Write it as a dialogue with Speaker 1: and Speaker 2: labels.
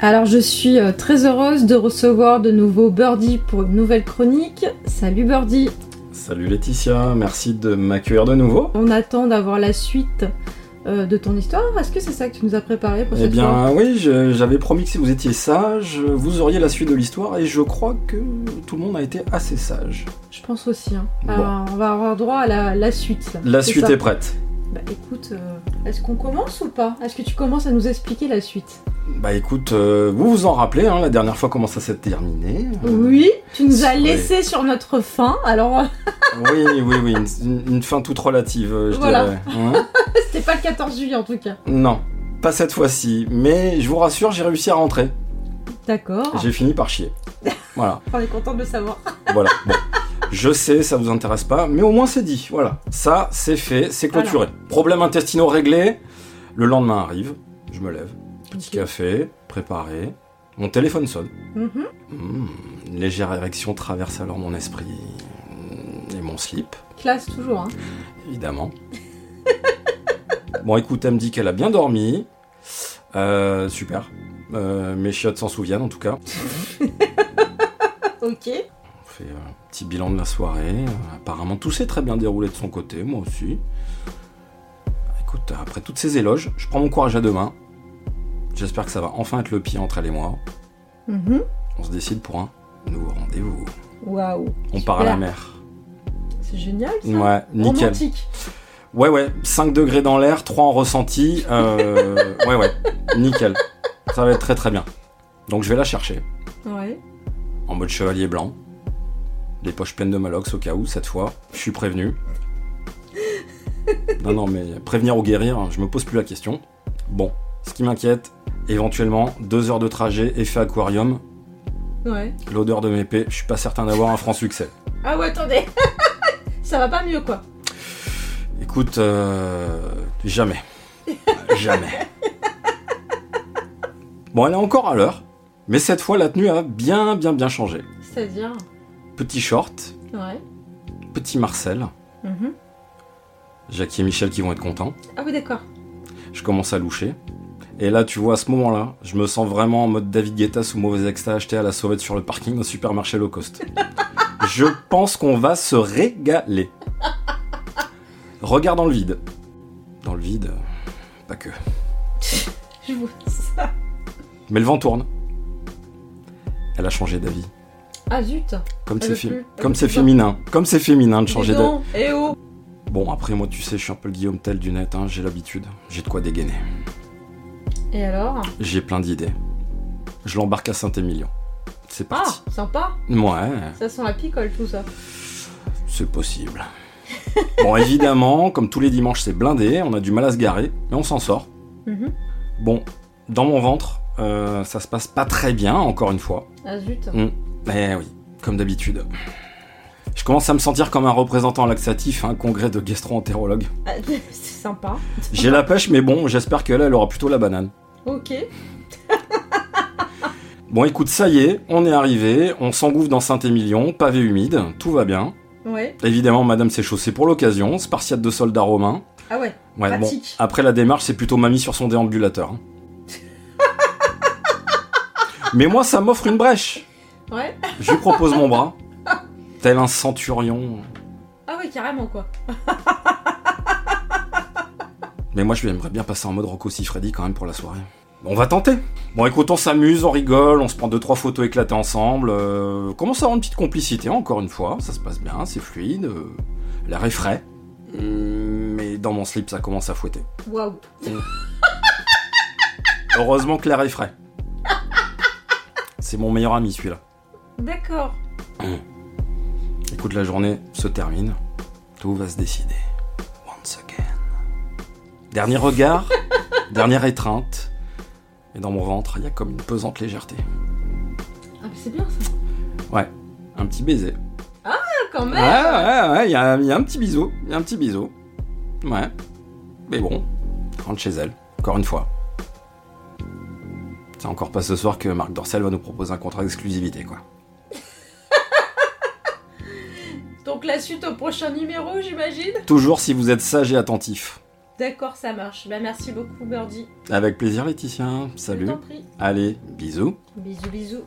Speaker 1: Alors je suis euh, très heureuse de recevoir de nouveau Birdie pour une nouvelle chronique. Salut Birdie
Speaker 2: Salut Laetitia, merci de m'accueillir de nouveau.
Speaker 1: On attend d'avoir la suite euh, de ton histoire. Est-ce que c'est ça que tu nous as préparé pour
Speaker 2: Eh
Speaker 1: cette fois
Speaker 2: bien oui, je- j'avais promis que si vous étiez sage, vous auriez la suite de l'histoire et je crois que tout le monde a été assez sage.
Speaker 1: Je pense aussi. hein.
Speaker 2: Bon.
Speaker 1: Alors on va avoir droit à la, la suite. là.
Speaker 2: La
Speaker 1: C'est
Speaker 2: suite
Speaker 1: ça
Speaker 2: est prête.
Speaker 1: Bah écoute, euh, est-ce qu'on commence ou pas Est-ce que tu commences à nous expliquer la suite
Speaker 2: Bah écoute, euh, vous vous en rappelez, hein, la dernière fois comment ça s'est terminé euh,
Speaker 1: Oui, tu nous as
Speaker 2: ouais.
Speaker 1: laissé sur notre faim, alors
Speaker 2: Oui, oui, oui, une, une- une fin toute relative, euh, je
Speaker 1: Voilà.
Speaker 2: dirais. Hein
Speaker 1: c'était pas le 14 juillet en tout cas.
Speaker 2: non, pas cette fois-ci, mais je vous rassure, j'ai réussi à rentrer.
Speaker 1: D'accord,
Speaker 2: J'ai fini par chier. Voilà,
Speaker 1: on est content de le savoir.
Speaker 2: voilà. Bon. Je sais, ça vous intéresse pas, mais au moins c'est dit. Voilà, ça c'est fait, c'est clôturé. Problème intestinaux réglé. Le lendemain arrive, je me lève, petit
Speaker 1: Ok.
Speaker 2: café, préparé. Mon téléphone sonne.
Speaker 1: Mhm.
Speaker 2: Hmm, une légère érection traverse alors mon esprit Hmm, et mon slip,
Speaker 1: Classe toujours, hein.
Speaker 2: évidemment. bon, écoute, elle me dit qu'elle a bien dormi. Euh, super. Euh, mes chiottes s'en souviennent en tout cas.
Speaker 1: Ok.
Speaker 2: On fait un petit bilan de la soirée. Euh, Apparemment, tout s'est très bien déroulé de son côté, moi aussi. Écoute, après toutes ces éloges, je prends mon courage à deux mains. J'espère que ça va enfin être le pied entre elle et moi.
Speaker 1: Mhm.
Speaker 2: On se décide pour un nouveau rendez-vous.
Speaker 1: Waouh.
Speaker 2: On part à la
Speaker 1: Super.
Speaker 2: mer.
Speaker 1: C'est génial ça.
Speaker 2: Ouais, nickel.
Speaker 1: Romantique.
Speaker 2: Ouais, ouais, 5 degrés dans l'air, 3 en ressenti. euh, ouais, ouais, nickel. Ça va être très très bien. Donc je vais la chercher,
Speaker 1: Ouais.
Speaker 2: en mode chevalier blanc. Les poches pleines de malox au cas où, cette fois. Je suis prévenu. Non, non, mais prévenir ou guérir, hein, je me pose plus la question. Bon, ce qui m'inquiète, éventuellement, 2 heures de trajet, effet aquarium,
Speaker 1: Ouais.
Speaker 2: l'odeur de mes pets, je suis pas certain d'avoir un franc succès.
Speaker 1: Ah ouais, attendez. ça va pas mieux quoi.
Speaker 2: Écoute, euh, jamais. jamais. Bon, elle est encore à l'heure, mais cette fois la tenue a bien, bien, bien changé.
Speaker 1: C'est-à-dire.
Speaker 2: Petit short,
Speaker 1: Ouais.
Speaker 2: petit Marcel,
Speaker 1: Mhm.
Speaker 2: Jackie et Michel qui vont être contents.
Speaker 1: Ah oui, d'accord.
Speaker 2: Je commence à loucher. Et là, tu vois, à ce moment-là, je me sens vraiment en mode David Guetta sous mauvais extra acheté à la sauvette sur le parking d'un supermarché low cost. je pense qu'on va se régaler. Regarde dans le vide. Dans le vide, euh, pas que.
Speaker 1: Je vous ça.
Speaker 2: Mais le vent tourne. Elle a changé d'avis.
Speaker 1: Ah zut.
Speaker 2: Comme
Speaker 1: Elle
Speaker 2: c'est
Speaker 1: veut
Speaker 2: fé-
Speaker 1: plus. Elle
Speaker 2: comme
Speaker 1: veut
Speaker 2: c'est
Speaker 1: plus
Speaker 2: féminin. Comme c'est féminin de changer
Speaker 1: Dis
Speaker 2: d'avis.
Speaker 1: donc, Eh oh.
Speaker 2: Bon, après, moi, tu sais, je suis un peu le Guillaume Tell du net, hein, j'ai l'habitude. J'ai de quoi dégainer.
Speaker 1: Et alors
Speaker 2: J'ai plein d'idées. Je l'embarque à Saint-Émilion. C'est
Speaker 1: Ah,
Speaker 2: parti.
Speaker 1: sympa.
Speaker 2: Ouais,
Speaker 1: Ça sent la picole tout ça.
Speaker 2: c'est possible. bon, évidemment, comme tous les dimanches, c'est blindé, on a du mal à se garer, mais on s'en sort.
Speaker 1: Mhm.
Speaker 2: Bon, dans mon ventre, euh, ça se passe pas très bien, encore une fois.
Speaker 1: Ah zut.
Speaker 2: Eh oui, comme d'habitude. Je commence à me sentir comme un représentant laxatif à un congrès de gastro-entérologues.
Speaker 1: Ah, c'est sympa.
Speaker 2: J'ai la pêche, mais bon, j'espère que là, elle aura plutôt la banane.
Speaker 1: Ok.
Speaker 2: Bon, écoute, ça y est, on est arrivé, on s'engouffre dans Saint-Émilion, pavé humide, tout va bien.
Speaker 1: Ouais.
Speaker 2: Évidemment, madame s'est chaussée pour l'occasion, spartiate de soldats romains.
Speaker 1: Ah ouais.
Speaker 2: Ouais, bon,
Speaker 1: Pratique.
Speaker 2: après la démarche, c'est plutôt mamie sur son déambulateur. hein. mais moi, ça m'offre une brèche.
Speaker 1: Ouais.
Speaker 2: Je lui propose mon bras, tel un centurion.
Speaker 1: Ah ouais, carrément quoi.
Speaker 2: Mais moi, je lui aimerais bien passer en mode Rocco Siffredi quand même pour la soirée. On va tenter. Bon, écoute, on s'amuse, on rigole, on se prend deux trois photos éclatées ensemble. euh, commence à avoir une petite complicité, encore une fois. Ça se passe bien, c'est fluide. euh, L'air est frais. Hum, Mais dans mon slip, ça commence à fouetter.
Speaker 1: Waouh.
Speaker 2: Heureusement que l'air est frais. C'est mon meilleur ami, celui-là.
Speaker 1: D'accord.
Speaker 2: Écoute, la journée se termine. Tout va se décider. Once again. Dernier regard, dernière étreinte. Et dans mon ventre, il y a comme une pesante légèreté.
Speaker 1: Ah mais c'est bien ça.
Speaker 2: Un petit baiser.
Speaker 1: Ah, quand
Speaker 2: Ouais,
Speaker 1: même.
Speaker 2: ouais, ouais, il y, a il y a un petit bisou. Il y a un petit bisou. Ouais. Mais bon, rentre chez elle, encore une fois. C'est encore pas ce soir que Marc Dorcel va nous proposer un contrat d'exclusivité, quoi.
Speaker 1: Donc la suite au prochain numéro, j'imagine.
Speaker 2: Toujours si vous êtes sage et attentif.
Speaker 1: D'accord, ça marche. Bah, merci beaucoup, Birdie.
Speaker 2: Avec plaisir, Laetitia.
Speaker 1: Je
Speaker 2: Salut.
Speaker 1: t'en prie.
Speaker 2: Allez, bisous.
Speaker 1: Bisous, bisous.